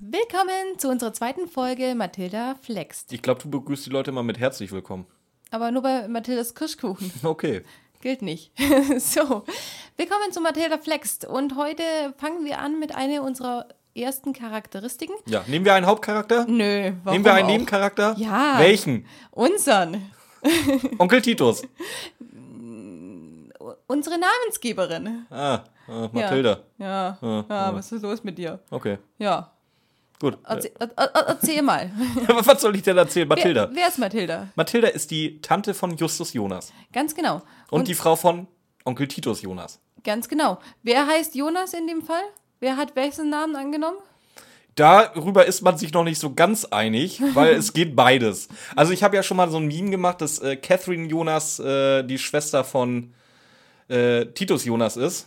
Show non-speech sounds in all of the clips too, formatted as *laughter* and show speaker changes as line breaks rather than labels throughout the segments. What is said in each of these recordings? Willkommen zu unserer zweiten Folge Mathilda flext.
Ich glaube, du begrüßt die Leute mal mit herzlich willkommen. *laughs*
Aber nur bei Mathildas Kirschkuchen.
Okay.
Gilt nicht. *laughs* so, willkommen zu Mathilda flext. Und heute fangen wir an mit einer unserer ersten Charakteristiken.
Ja, nehmen wir einen Hauptcharakter?
Nö, warum
nehmen wir einen
auch?
Nebencharakter?
Ja.
Welchen?
Unseren.
Onkel Titus.
Unsere Namensgeberin.
Ah, äh, Mathilda.
Ja. Ja.
ja.
was ist los mit dir?
Okay,
Ja.
gut.
Erzähl, er, er, erzähl mal.
*laughs* Was soll ich denn erzählen? Mathilda.
Wer, wer ist Mathilda?
Mathilda ist die Tante von Justus Jonas
Ganz genau.
und, die Frau von Onkel Titus Jonas.
Ganz genau. Wer heißt Jonas in dem Fall? Wer hat welchen Namen angenommen?
Darüber ist man sich noch nicht so ganz einig, weil es geht beides. Also ich habe ja schon mal so ein Meme gemacht, dass äh, Catherine Jonas äh, die Schwester von äh, Titus Jonas ist.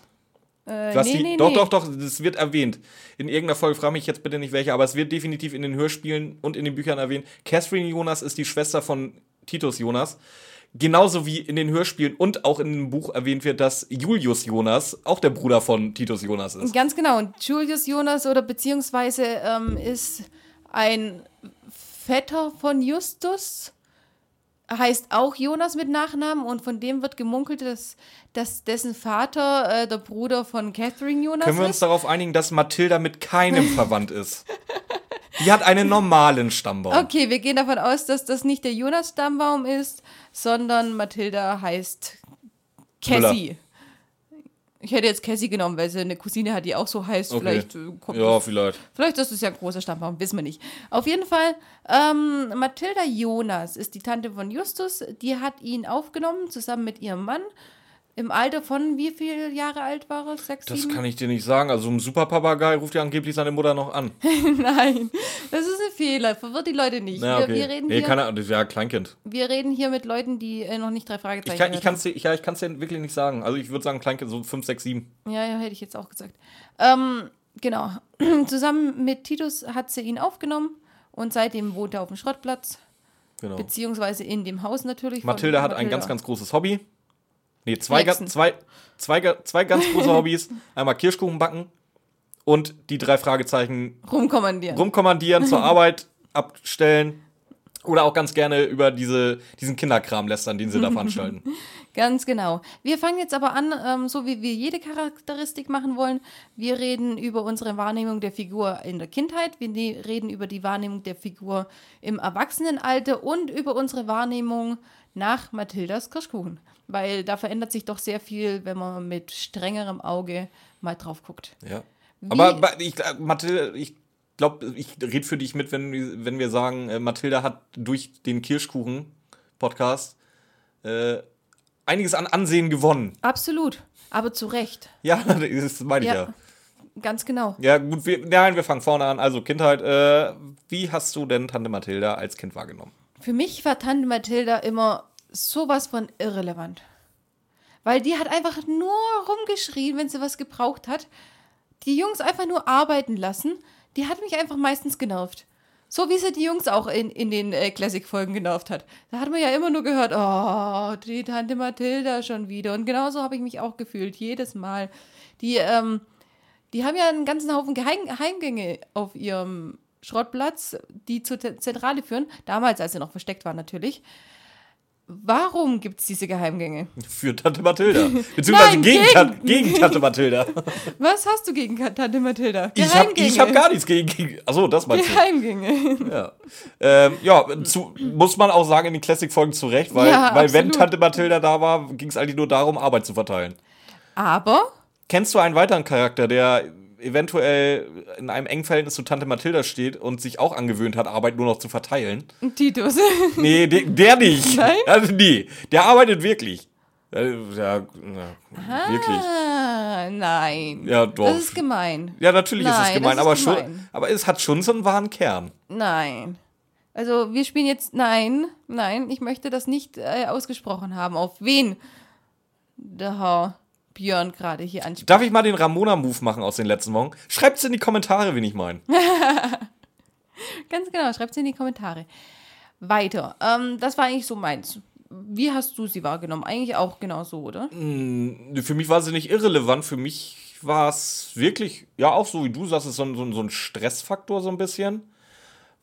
Äh,
Was die, doch, doch, doch, das wird erwähnt. In irgendeiner Folge, frage mich jetzt bitte nicht welche, aber es wird definitiv in den Hörspielen und in den Büchern erwähnt. Catherine Jonas ist die Schwester von Titus Jonas. Genauso wie in den Hörspielen und auch in dem Buch erwähnt wird, dass Julius Jonas auch der Bruder von Titus Jonas ist.
Ganz genau. Und Julius Jonas oder beziehungsweise ähm, ist ein Vetter von Justus, heißt auch Jonas mit Nachnamen und von dem wird gemunkelt, dass, dass dessen Vater äh, der Bruder von Catherine Jonas
Können wir uns
ist.
darauf einigen, dass Mathilda
*laughs*
mit keinem verwandt ist? Die hat einen normalen Stammbaum.
Okay, wir gehen davon aus, dass das nicht der Jonas-Stammbaum ist, sondern Mathilda heißt Cassie. Ich hätte jetzt Cassie genommen, weil sie eine Cousine hat, die auch so heißt. Vielleicht äh, kommt
ja,
das
vielleicht.
Vielleicht ist es ja ein großer Stammbaum, wissen wir nicht. Auf jeden Fall, ähm, Mathilda Jonas ist die Tante von Justus. Die hat ihn aufgenommen, zusammen mit ihrem Mann. Im Alter von wie viele Jahre alt war er? Sechs,
Das
sieben?
kann ich dir nicht sagen. Also, ein Superpapagei ruft ja angeblich seine Mutter
*laughs*
noch an.
*laughs* Nein, das ist ein Fehler. Verwirrt die Leute nicht.
Ja, okay.
wir, wir, reden
nee,
hier,
keine, ja, Kleinkind.
wir reden hier mit Leuten, die äh, noch nicht drei Fragezeichen
Ich kann
gehört
es ich kann's dir, ja, ich kann's dir wirklich nicht sagen. Also ich würde sagen, Kleinkind so 5, 6, 7.
haben. Ja, ja, hätte ich jetzt auch gesagt. Ähm, genau. *clears throat* zusammen mit Titus hat sie ihn aufgenommen und seitdem wohnt er auf dem Schrottplatz,
Genau.
beziehungsweise in dem Haus natürlich. von
Mathilda hat ein ganz, ganz großes Hobby. Nee, zwei, ga-
Flexen.
zwei, zwei, ga- zwei ganz
*laughs*
große Hobbys. Einmal Kirschkuchen backen und die drei Fragezeichen
rumkommandieren. *laughs*
rumkommandieren, zur Arbeit abstellen. Oder auch ganz gerne über diese, diesen Kinderkram lästern, den sie da
*laughs*
veranstalten.
Ganz genau. Wir fangen jetzt aber an, ähm, so wie wir jede Charakteristik machen wollen. Wir reden über unsere Wahrnehmung der Figur in der Kindheit. Wir ne reden über die Wahrnehmung der Figur im Erwachsenenalter und über unsere Wahrnehmung nach Mathildas Kirschkuchen. Weil da verändert sich doch sehr viel, wenn man mit strengerem Auge mal drauf guckt.
Ja. Aber ba- ich, äh, Mathilde, ich glaube, ich rede für dich mit, wenn, wenn wir sagen, äh, Mathilda hat durch den Kirschkuchen-Podcast äh, einiges an Ansehen gewonnen.
Absolut. Aber zu Recht.
Ja, *laughs* das meine ich ja. ja.
Ganz genau.
gut, wir, nein, wir fangen vorne an. Also, Kindheit, äh, wie hast du denn Tante Mathilda als Kind wahrgenommen? *laughs*
Für mich war Tante Mathilda immer sowas von irrelevant. Weil die hat einfach nur rumgeschrien, wenn sie was gebraucht hat. Die Jungs einfach nur arbeiten lassen. Die hat mich einfach meistens genervt. So wie sie die Jungs auch in, in den äh, Classic-Folgen genervt hat. Da hat man ja immer nur gehört, oh, die Tante Mathilda schon wieder. Und genauso habe ich mich auch gefühlt, jedes Mal. Die, ähm, die haben ja einen ganzen Haufen Geheim Heimgänge auf ihrem Schrottplatz, die zur Te- Zentrale führen. Damals, als sie noch versteckt waren, natürlich. Warum gibt es diese Geheimgänge?
Für Tante Mathilda. Beziehungsweise
Nein,
gegen,
gegen-
Tan- gegen Tante Mathilda.
Was hast du gegen Ka- Tante Mathilda?
Ich habe hab gar nichts gegen. gegen Achso, das meinst du.
Geheimgänge.
Ja, ähm, ja zu, muss man auch sagen, in den Classic-Folgen zu Recht, weil,
Ja,
weil wenn
absolut.
Tante Mathilda da war, ging es eigentlich nur darum, Arbeit zu verteilen.
Aber
Kennst du einen weiteren Charakter, der eventuell in einem engen Verhältnis zu Tante Mathilda steht und sich auch angewöhnt hat, Arbeit nur noch zu verteilen? *laughs*
Titus.
Nee, de, der
*laughs*
nicht.
Nein?
Also nee, der arbeitet wirklich. Äh, Ja, na, wirklich.
Ah, nein.
Ja, doch.
Das ist gemein.
Ja, natürlich ist es
Nein,
gemein,
das ist
aber, Schon,
gemein.
aber es hat schon so einen wahren Kern.
Nein. Also wir spielen jetzt, nein, nein, ich möchte das nicht äh, ausgesprochen haben. Auf wen der Herr Björn gerade hier anspricht.
Darf ich mal den Ramona-Move machen aus den letzten Wochen? Schreibt's in die Kommentare, wen ich meine.
Ganz genau, schreibt es in die Kommentare. Weiter. Ähm, das war eigentlich so meins. Wie hast du sie wahrgenommen? Eigentlich auch genau so, oder?
Für mich war sie nicht irrelevant, für mich mich war es wirklich, ja, auch so wie du sagst, es ist so, ein- so, ein- so ein Stressfaktor so ein bisschen.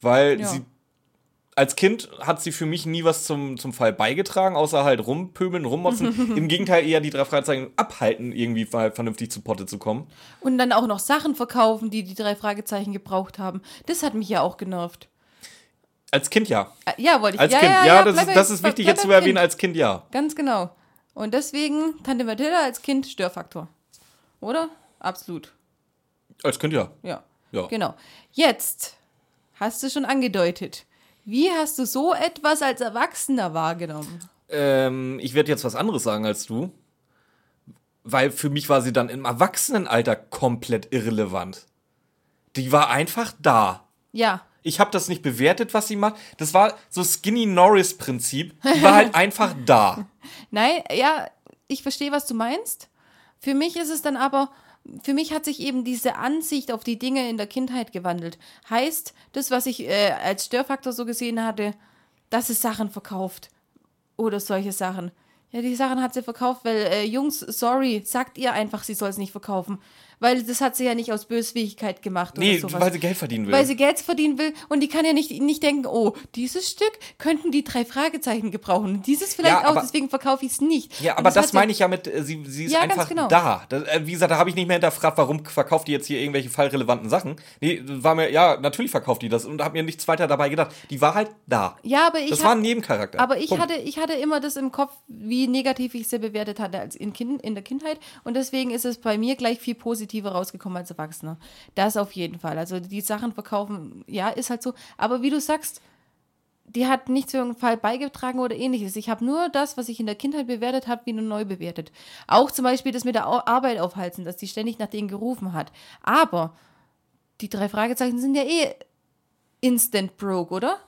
Weil
Ja.
sie, als Kind hat sie für mich nie was zum, zum Fall beigetragen, außer halt
*laughs*
rumpöbeln, rummotzen. Im Gegenteil, eher die drei Fragezeichen abhalten, irgendwie mal vernünftig zu Potte zu kommen.
Und dann auch noch Sachen verkaufen, die die drei Fragezeichen gebraucht haben. Das hat mich ja auch genervt.
Als Kind ja.
Äh, Ja, wollte ich.
Als
ja,
Kind, ja,
ja, ja,
das,
bleib
ist,
bei-
das ist
bleib-
wichtig
bleib
jetzt zu
beim
erwähnen,
Kind.
als Kind ja.
Ganz genau. Und deswegen Tante Mathilda als Kind Störfaktor. Oder? Absolut.
Als Kind ja.
Ja.
Ja.
Genau. Jetzt hast du schon angedeutet. Wie hast du so etwas als Erwachsener wahrgenommen?
Ähm, ich werde jetzt was anderes sagen als du. Weil für mich war sie dann im Erwachsenenalter komplett irrelevant. Die war einfach da.
Ja.
Ich habe das nicht bewertet, was sie macht. Das war so Skinny Norris-Prinzip. Die
*laughs*
war halt einfach da.
Nein, ja, ich verstehe, was du meinst. Für mich ist es dann aber, für mich hat sich eben diese Ansicht auf die Dinge in der Kindheit gewandelt. Heißt, das, was ich äh, als Störfaktor so gesehen hatte, dass es Sachen verkauft oder solche Sachen. Ja, die Sachen hat sie verkauft, weil, äh, Jungs, sorry, sagt ihr einfach, sie soll es nicht verkaufen. Weil das hat sie ja nicht aus Böswilligkeit gemacht
Nee,
oder sowas.
weil sie Geld verdienen will.
weil sie Geld verdienen will und die kann ja nicht, nicht denken, oh, dieses Stück könnten die drei Fragezeichen gebrauchen. und Dieses vielleicht
Ja, aber-
auch, deswegen verkaufe ich es nicht.
ja,
Und
aber das,
hat sie-
meine ich ja mit, äh, sie, sie ist
Ja, ganz
einfach
genau.
da. Das, äh, wie gesagt, da habe ich nicht mehr hinterfragt, warum verkauft die jetzt hier irgendwelche fallrelevanten Sachen. Nee, war mir, ja, natürlich verkauft die das und habe mir nichts weiter dabei gedacht. Die war halt da.
Ja, aber ich,
das
hab-
war ein Nebencharakter.
aber ich,
Punkt.
hatte, ich hatte immer das im Kopf, wie negativ ich sie bewertet hatte als in, kind, in der Kindheit. Und deswegen ist es bei mir gleich viel positiver rausgekommen als Erwachsener. Das auf jeden Fall. Also die Sachen verkaufen, ja, ist halt so. Aber wie du sagst, die hat nichts für einen Fall beigetragen oder ähnliches. Ich habe nur das, was ich in der Kindheit bewertet habe, wieder neu bewertet. Auch zum Beispiel das mit der Au- Arbeit aufhalten, dass die ständig nach denen gerufen hat. Aber die drei Fragezeichen sind ja eh instant broke, oder?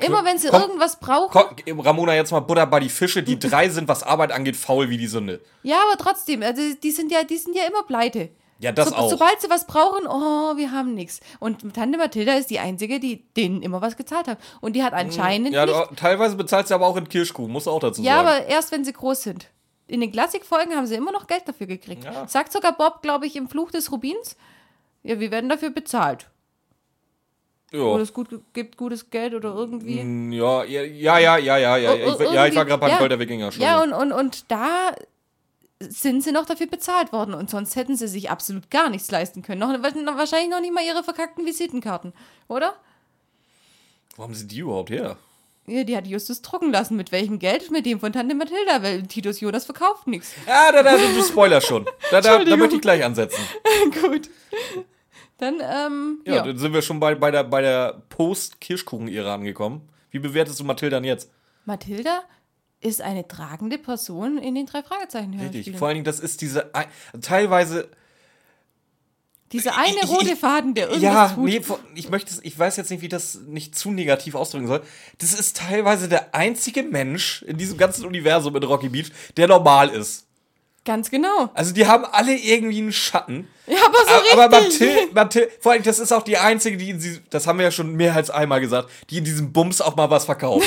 Immer wenn sie
Komm,
irgendwas brauchen.
Komm, Ramona, jetzt mal Butter bei die Fische.
*laughs*
Die drei sind, was Arbeit angeht, faul wie die Sünde.
Ja, aber trotzdem, also die sind ja, die sind ja immer pleite.
Ja, das
so,
auch.
Sobald sie was brauchen, oh, wir haben nichts. Und Tante Mathilda ist die Einzige, die denen immer was gezahlt hat. Und die hat anscheinend
Hm, Ja,
nicht.
du, teilweise bezahlst du aber auch in Kirschkuh, musst du auch dazu
Ja,
sagen.
aber erst wenn sie groß sind. In den Klassikfolgen haben sie immer noch Geld dafür gekriegt.
Ja.
Sagt sogar Bob, glaube ich, im Fluch des Rubins, ja, wir werden dafür bezahlt.
Jo.
Oder es gut, gibt gutes Geld oder irgendwie.
Mm, Ja, ja, ja, ja, ja, ja, ja.
Ir-
Ich, ja, ich war
Oh, irgendwie-
gerade beim
ja.
Golder Wikinger schon.
Ja, und, und, und da sind sie noch dafür bezahlt worden und sonst hätten sie sich absolut gar nichts leisten können. Noch, wahrscheinlich noch nicht mal ihre verkackten Visitenkarten, oder?
Wo haben sie die überhaupt her?
Ja, die hat Justus drucken lassen. Mit welchem Geld? Mit dem von Tante Mathilda, weil Titus Jonas verkauft nichts.
Ja, da, da, du spoiler schon. Da, da, da
Entschuldigung.
möchte ich gleich ansetzen.
*laughs* Gut. Dann, ähm,
Ja,
ja.
dann sind wir schon bei, bei der, bei der Post-Kirschkuchen-Ära angekommen. Wie bewertest du Mathilda denn jetzt?
Mathilda ist eine tragende Person in den drei Fragezeichen
Richtig.
Hörspielen.
Vor allen Dingen, das ist diese. ein- Teilweise
Diese eine
Ich- ich-
rote Faden, der irgendwas
Ja,
tut.
nee, vor- ich möchte, es- ich weiß jetzt nicht, wie ich das nicht zu negativ ausdrücken soll. Das ist teilweise der einzige Mensch in diesem ganzen Universum in Rocky Beach, der normal ist.
Ganz genau.
Also die haben alle irgendwie einen Schatten.
Ja, aber so richtig.
Aber Mathilde, Mathilde, vor allem, das ist auch die einzige, die in diesem, das haben wir ja schon mehr als einmal gesagt, die in diesem Bums auch mal was verkauft.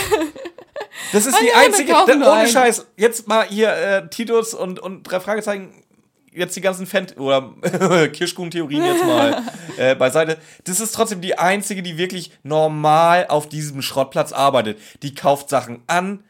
Das ist die
Andere
einzige, da,
Oh kaufen nur
ohne
einen.
Scheiß, jetzt mal hier äh, Titus und, und drei Fragezeichen, jetzt die ganzen Fan- oder *laughs* Kirschkuchen-Theorien jetzt
*laughs*
mal äh, beiseite. Das ist trotzdem die einzige, die wirklich normal auf diesem Schrottplatz arbeitet. Die kauft Sachen an,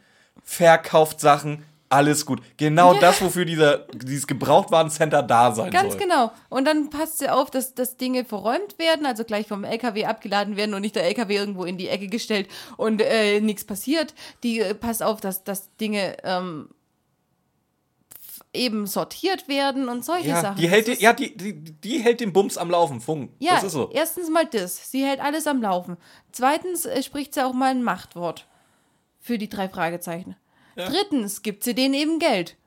verkauft Sachen, alles gut. Genau
Ja.
das, wofür dieser, dieses Gebrauchtwarencenter da sein soll.
Ganz genau. Und dann passt sie auf, dass, dass Dinge verräumt werden, also gleich vom LKW abgeladen werden und nicht der LKW irgendwo in die Ecke gestellt und äh, nichts passiert. Die äh, passt auf, dass, dass Dinge ähm, f- eben sortiert werden und solche
Ja,
Sachen.
die hält,
Das
den- ja die, die, die hält den Bums am Laufen, Funk.
ja,
das ist so.
erstens mal das. Sie hält alles am Laufen. Zweitens äh, spricht sie auch mal ein Machtwort für die drei Fragezeichen. Drittens gibt sie denen eben Geld.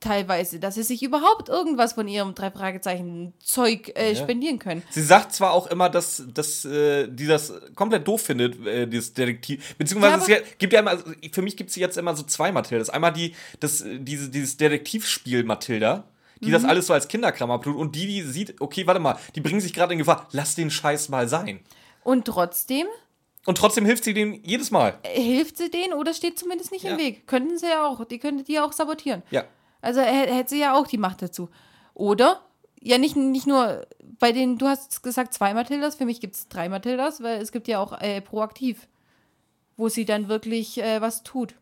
Teilweise, dass sie sich überhaupt irgendwas von ihrem drei Fragezeichen Zeug äh,
Ja.
spendieren können.
Sie sagt zwar auch immer, dass, dass äh, die das komplett doof findet, äh, dieses Detektiv. Beziehungsweise
Ja,
es
aber-
ja- gibt ja immer, also für mich gibt es jetzt immer so zwei Mathildas. Einmal die, das, äh, diese, dieses Detektivspiel Mathilda, die
Mhm.
das alles so als Kinderkram abtut und die, die sieht, okay, warte mal, die bringen sich gerade in Gefahr, lass den Scheiß mal sein.
Und trotzdem
Und trotzdem hilft sie dem jedes Mal.
äh, hilft sie denen oder steht zumindest nicht
Ja.
im Weg. Könnten sie ja auch, die könnte die ja auch sabotieren.
Ja.
Also hä- hätte sie ja auch die Macht dazu. Oder ja nicht, nicht nur bei den, du hast gesagt zwei Mathildas, für mich gibt es drei Mathildas, weil es gibt ja auch äh, proaktiv, wo sie dann wirklich äh, was tut.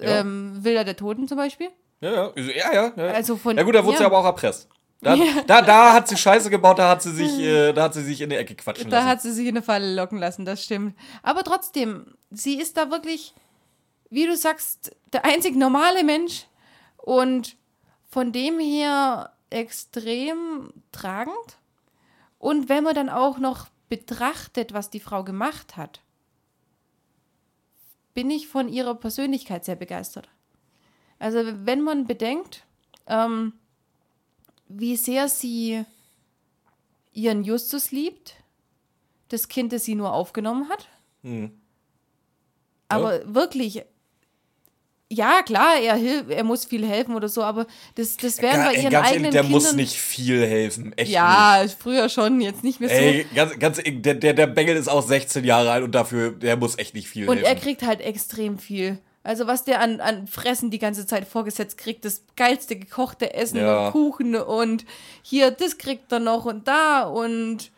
Ja.
Ähm, Wilder der Toten zum Beispiel.
Ja, ja, ja. ja, ja.
Also von-
ja gut, da wurde sie
ja.
aber auch erpresst. Da, da, da hat sie Scheiße gebaut, da hat sie sich, äh, da hat sie sich in die Ecke quatschen
Hm. Da
lassen.
hat sie sich in eine Falle locken lassen, das stimmt. Aber trotzdem, sie ist da wirklich, wie du sagst, der einzig normale Mensch und von dem her extrem tragend. Und wenn man dann auch noch betrachtet, was die Frau gemacht hat, bin ich von ihrer Persönlichkeit sehr begeistert. Also wenn man bedenkt, ähm, wie sehr sie ihren Justus liebt, das Kind, das sie nur aufgenommen hat.
Hm.
Aber wirklich, ja, klar, er, hilf, er muss viel helfen oder so, aber das, das werden
Ga-
bei
ey,
ihren
ganz
eigenen
ehrlich, der
Kindern.
muss nicht viel helfen. Echt nicht.
ja, früher schon, jetzt nicht mehr so.
Ey, ganz, ganz, ehrlich, der, der, der Bengel ist auch 16 Jahre alt und dafür, der muss echt nicht viel
Und er
helfen.
kriegt halt extrem viel. Also was der an, an Fressen die ganze Zeit vorgesetzt kriegt, das geilste gekochte Essen
Ja.
und Kuchen und hier, das kriegt er noch und da und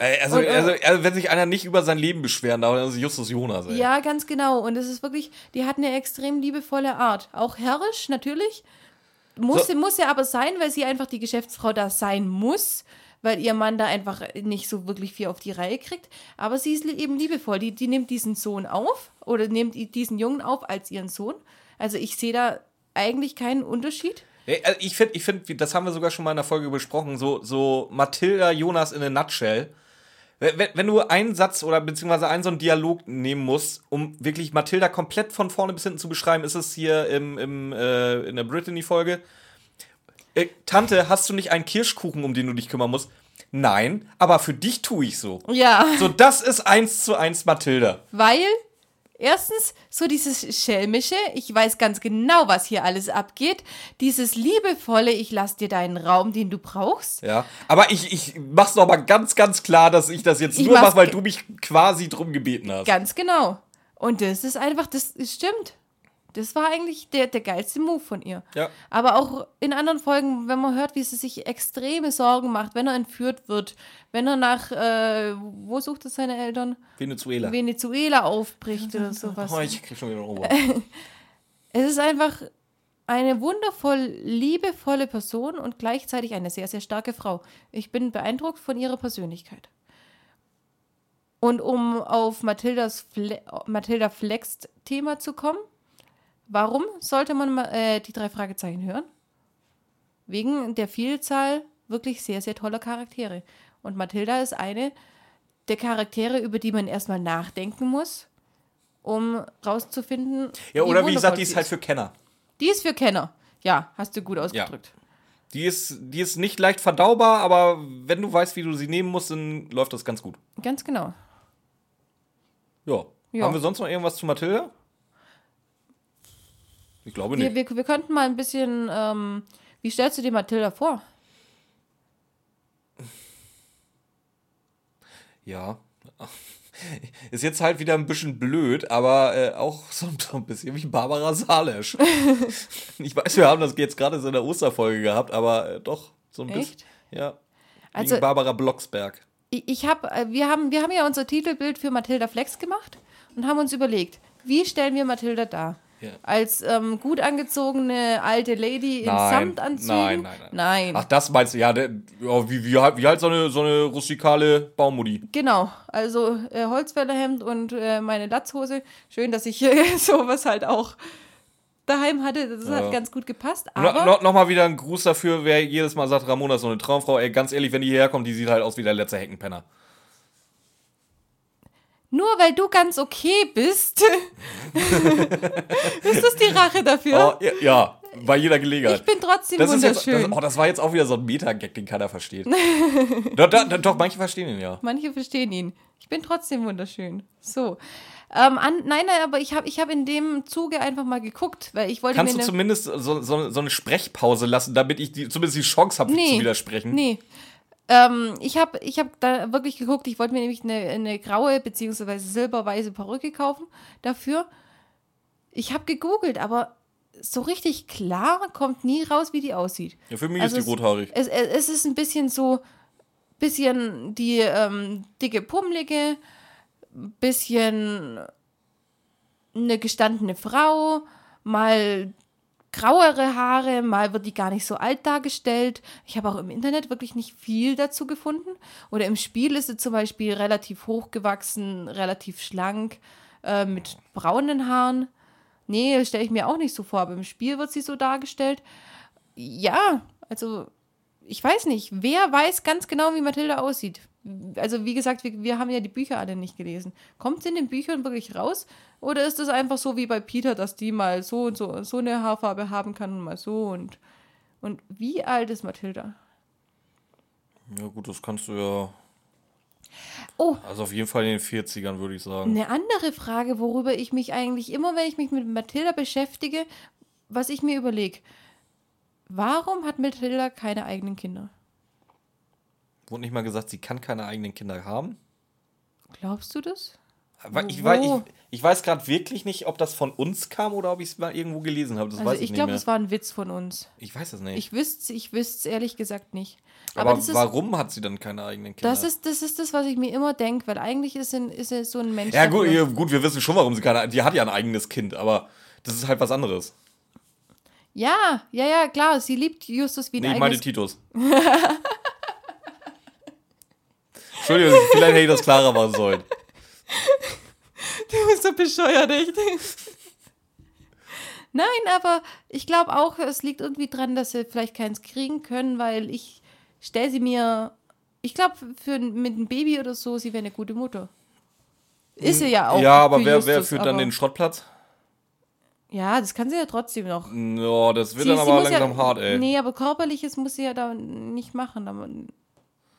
Ey, also,
und-
also, also, wenn sich einer nicht über sein Leben beschweren darf, dann ist es Justus Jonas, ey.
ja, ganz genau. Und es ist wirklich, die hat eine extrem liebevolle Art. Auch herrisch, natürlich. Muss,
So.
muss ja aber sein, weil sie einfach die Geschäftsfrau da sein muss, weil ihr Mann da einfach nicht so wirklich viel auf die Reihe kriegt. Aber sie ist li- eben liebevoll. Die, die nimmt diesen Sohn auf oder nimmt i- diesen Jungen auf als ihren Sohn. Also ich sehe da eigentlich keinen Unterschied.
Ey, also Ich finde, ich find, das haben wir sogar schon mal in der Folge besprochen, so, so Mathilda Jonas in a nutshell. Wenn, wenn- wenn du einen Satz oder beziehungsweise einen so einen Dialog nehmen musst, um wirklich Mathilda komplett von vorne bis hinten zu beschreiben, ist es hier im, im, äh, in der Brittany-Folge. Äh, Tante, hast du nicht einen Kirschkuchen, um den du dich kümmern musst? Nein, aber für dich tue ich so.
*laughs* Ja.
So, das ist eins zu eins Mathilda.
Weil erstens so dieses schelmische, ich weiß ganz genau, was hier alles abgeht, dieses liebevolle, ich lass dir deinen Raum, den du brauchst.
Ja, aber ich, ich mach's noch mal ganz, ganz klar, dass ich das jetzt
Ich
nur
mach's
mach, weil
ge-
du mich quasi drum gebeten hast.
Ganz genau. Und das ist einfach, das ist- stimmt. Das war eigentlich der, der geilste Move von ihr.
Ja.
Aber auch in anderen Folgen, wenn man hört, wie sie sich extreme Sorgen macht, wenn er entführt wird, wenn er nach, äh, wo sucht er seine Eltern?
Venezuela.
Venezuela aufbricht oder sowas.
Oh, ich krieg schon wieder Ober.
*laughs* Es ist einfach eine wundervoll liebevolle Person und gleichzeitig eine sehr, sehr starke Frau. Ich bin beeindruckt von ihrer Persönlichkeit. Und um auf Mathildas Fle Mathilda Flext Thema zu kommen, warum sollte man ma- äh, die drei Fragezeichen hören? Wegen der Vielzahl wirklich sehr, sehr toller Charaktere. Und Mathilda ist eine der Charaktere, über die man erstmal nachdenken muss, um rauszufinden.
Ja, oder wie
wundervoll
gesagt, die
sie
ist halt für Kenner.
die ist für Kenner. Ja, hast du gut ausgedrückt.
Die ist, die ist nicht leicht verdaubar, aber wenn du weißt, wie du sie nehmen musst, dann läuft das ganz gut.
Ganz genau.
Ja.
Ja.
Haben wir sonst noch irgendwas zu Mathilda? Ich glaube
Wir,
nicht.
wir, wir könnten mal ein bisschen. Ähm, wie stellst du dir Mathilda vor?
Ja. *laughs* Ist jetzt halt wieder ein bisschen blöd, aber äh, auch so ein- so ein bisschen wie Barbara Salesch.
*laughs*
ich weiß, wir haben das jetzt gerade so in der Osterfolge gehabt, aber äh, doch, so ein bisschen.
Echt?
Ja. Also,
Also-
Wegen Barbara Blocksberg.
Ich, ich hab, äh, wir, haben, wir haben ja unser Titelbild für Mathilda Flex gemacht und haben uns überlegt, wie stellen wir Mathilda dar?
Ja.
Als ähm, gut angezogene alte Lady in Samtanzügen?
Nein, nein, nein.
Nein.
Ach, das meinst du, ja, der, ja wie, wie, halt- wie halt so eine, so eine rustikale Baumudi.
Genau, also äh, Holzfällerhemd und äh, meine Latzhose. Schön, dass ich äh, *laughs* sowas halt auch daheim hatte. Das
Ja.
hat ganz gut gepasst.
No,
Aber
no, Nochmal wieder ein Gruß dafür, wer jedes Mal sagt, Ramona ist so eine Traumfrau. Ey, ganz ehrlich, wenn die hierher kommt, die sieht halt aus wie der letzte Heckenpenner.
Nur weil du ganz okay bist, *laughs* ist das die Rache
Oh,
dafür.
ja, ja, bei jeder
ich
Gelegenheit.
bin trotzdem
Das, ist jetzt, das,
wunderschön.
oh, das war jetzt auch wieder so ein Meta-Gag, den
*laughs*
keiner versteht. doch, doch, doch, manche verstehen ihn ja.
Manche verstehen ihn. Ich bin trotzdem wunderschön. So. Ähm, an, nein, nein, aber ich habe ich hab in dem Zuge einfach mal geguckt, weil ich wollte
Kannst
mir
du
eine-
zumindest so, so, so eine Sprechpause lassen, damit ich die, zumindest die Chance habe,
Nee.
zu widersprechen?
Nee. Ähm, ich habe ich hab da wirklich geguckt, ich wollte mir nämlich eine, eine graue bzw. silberweiße Perücke kaufen dafür. Ich habe gegoogelt, aber so richtig klar kommt nie raus, wie die aussieht.
Ja, für mich
Also
ist die
es-
rothaarig.
Es, es, es ist ein bisschen so, bisschen die ähm, dicke Pummelige, bisschen eine gestandene Frau, mal grauere Haare, mal wird die gar nicht so alt dargestellt. Ich habe auch im Internet wirklich nicht viel dazu gefunden. Oder im Spiel ist sie zum Beispiel relativ hochgewachsen, relativ schlank, äh, mit braunen Haaren. Nee, stelle ich mir auch nicht so vor, aber im Spiel wird sie so dargestellt. Ja, also ich weiß nicht, wer weiß ganz genau, wie Mathilda aussieht. Also wie gesagt, wir, wir haben ja die Bücher alle nicht gelesen. Kommt sie in den Büchern wirklich raus? Oder ist es einfach so wie bei Peter, dass die mal so und so, so eine Haarfarbe haben kann und mal so und. Und wie alt ist Mathilda?
Ja, gut, das kannst du ja.
Oh,
Also auf jeden Fall in den 40ern, würde ich sagen.
Eine andere Frage, worüber ich mich eigentlich immer, wenn ich mich mit Mathilda beschäftige, was ich mir überlege. Warum hat Mathilda keine eigenen Kinder?
Wurde nicht mal gesagt, sie kann keine eigenen Kinder haben?
Glaubst du das?
Weil Ich,
Wo?
weil ich, ich weiß gerade wirklich nicht, ob das von uns kam oder ob ich es mal irgendwo gelesen habe. Das
also
weiß ich,
ich
nicht
glaube,
mehr.
das war ein Witz von uns.
ich weiß es nicht.
Ich wüsste ich wüsste es ehrlich gesagt nicht.
aber
Aber, das, ist,
warum hat sie dann keine eigenen Kinder?
das, ist, das ist das, was ich mir immer denke, weil eigentlich ist, ein, ist es so ein Mensch.
ja, gut,
dafür.
ja, gut, wir wissen schon, warum sie keine. Die hat ja ein eigenes Kind, aber das ist halt was anderes.
ja, ja, ja, klar, sie liebt Justus wie ein
Nee, ich
eigenes *laughs*
meine Titus. Entschuldigung, vielleicht hätte ich das klarer machen sollen.
Du bist so bescheuert, echt. *laughs* Nein, aber ich glaube auch, es liegt irgendwie dran, dass sie vielleicht keins kriegen können, weil ich stelle sie mir. Ich glaube, für mit einem Baby oder so, sie wäre eine gute Mutter. Ist sie ja auch.
Hm, ja, aber
für
wer, wer
Justus,
führt dann
aber-
den Schrottplatz?
Ja, das kann sie ja trotzdem noch.
Ja, das wird dann aber langsam
ja,
hart, ey.
Nee, aber körperliches muss sie ja da nicht machen. Da,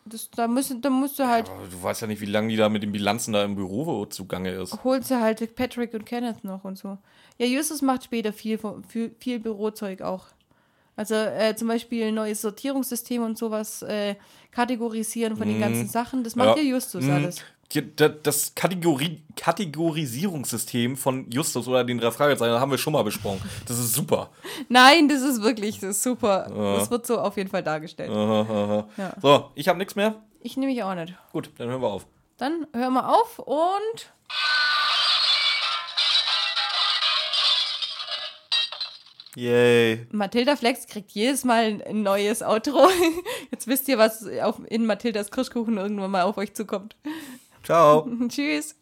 das, da, müssen, da musst du halt.
Aber du weißt ja nicht, wie lange die da mit den Bilanzen da im Büro zugange ist.
holt sie halt Patrick und Kenneth noch und so. Ja, Justus macht später viel, von- viel, viel Bürozeug auch. Also äh, zum Beispiel ein neues Sortierungssystem und sowas, äh, kategorisieren von den ganzen Sachen, das macht ja, Justus
Mhm.
alles.
Die- da- Das Kategori Kategorisierungssystem von Justus oder den drei Fragezeichen haben wir schon mal besprochen. Das ist super. *laughs*
Nein, das ist wirklich das ist super.
Ja.
Das wird so auf jeden Fall dargestellt.
Aha, aha.
Ja.
So, ich habe nichts mehr.
Ich nehme mich auch nicht.
Gut, dann hören wir auf.
Dann hören wir auf und
Yay.
Mathilda Flex kriegt jedes Mal ein neues Outro. *laughs* Jetzt wisst ihr, was auf, in Mathildas Kirschkuchen irgendwann mal auf euch zukommt. *laughs*
Ciao.
Tschüss.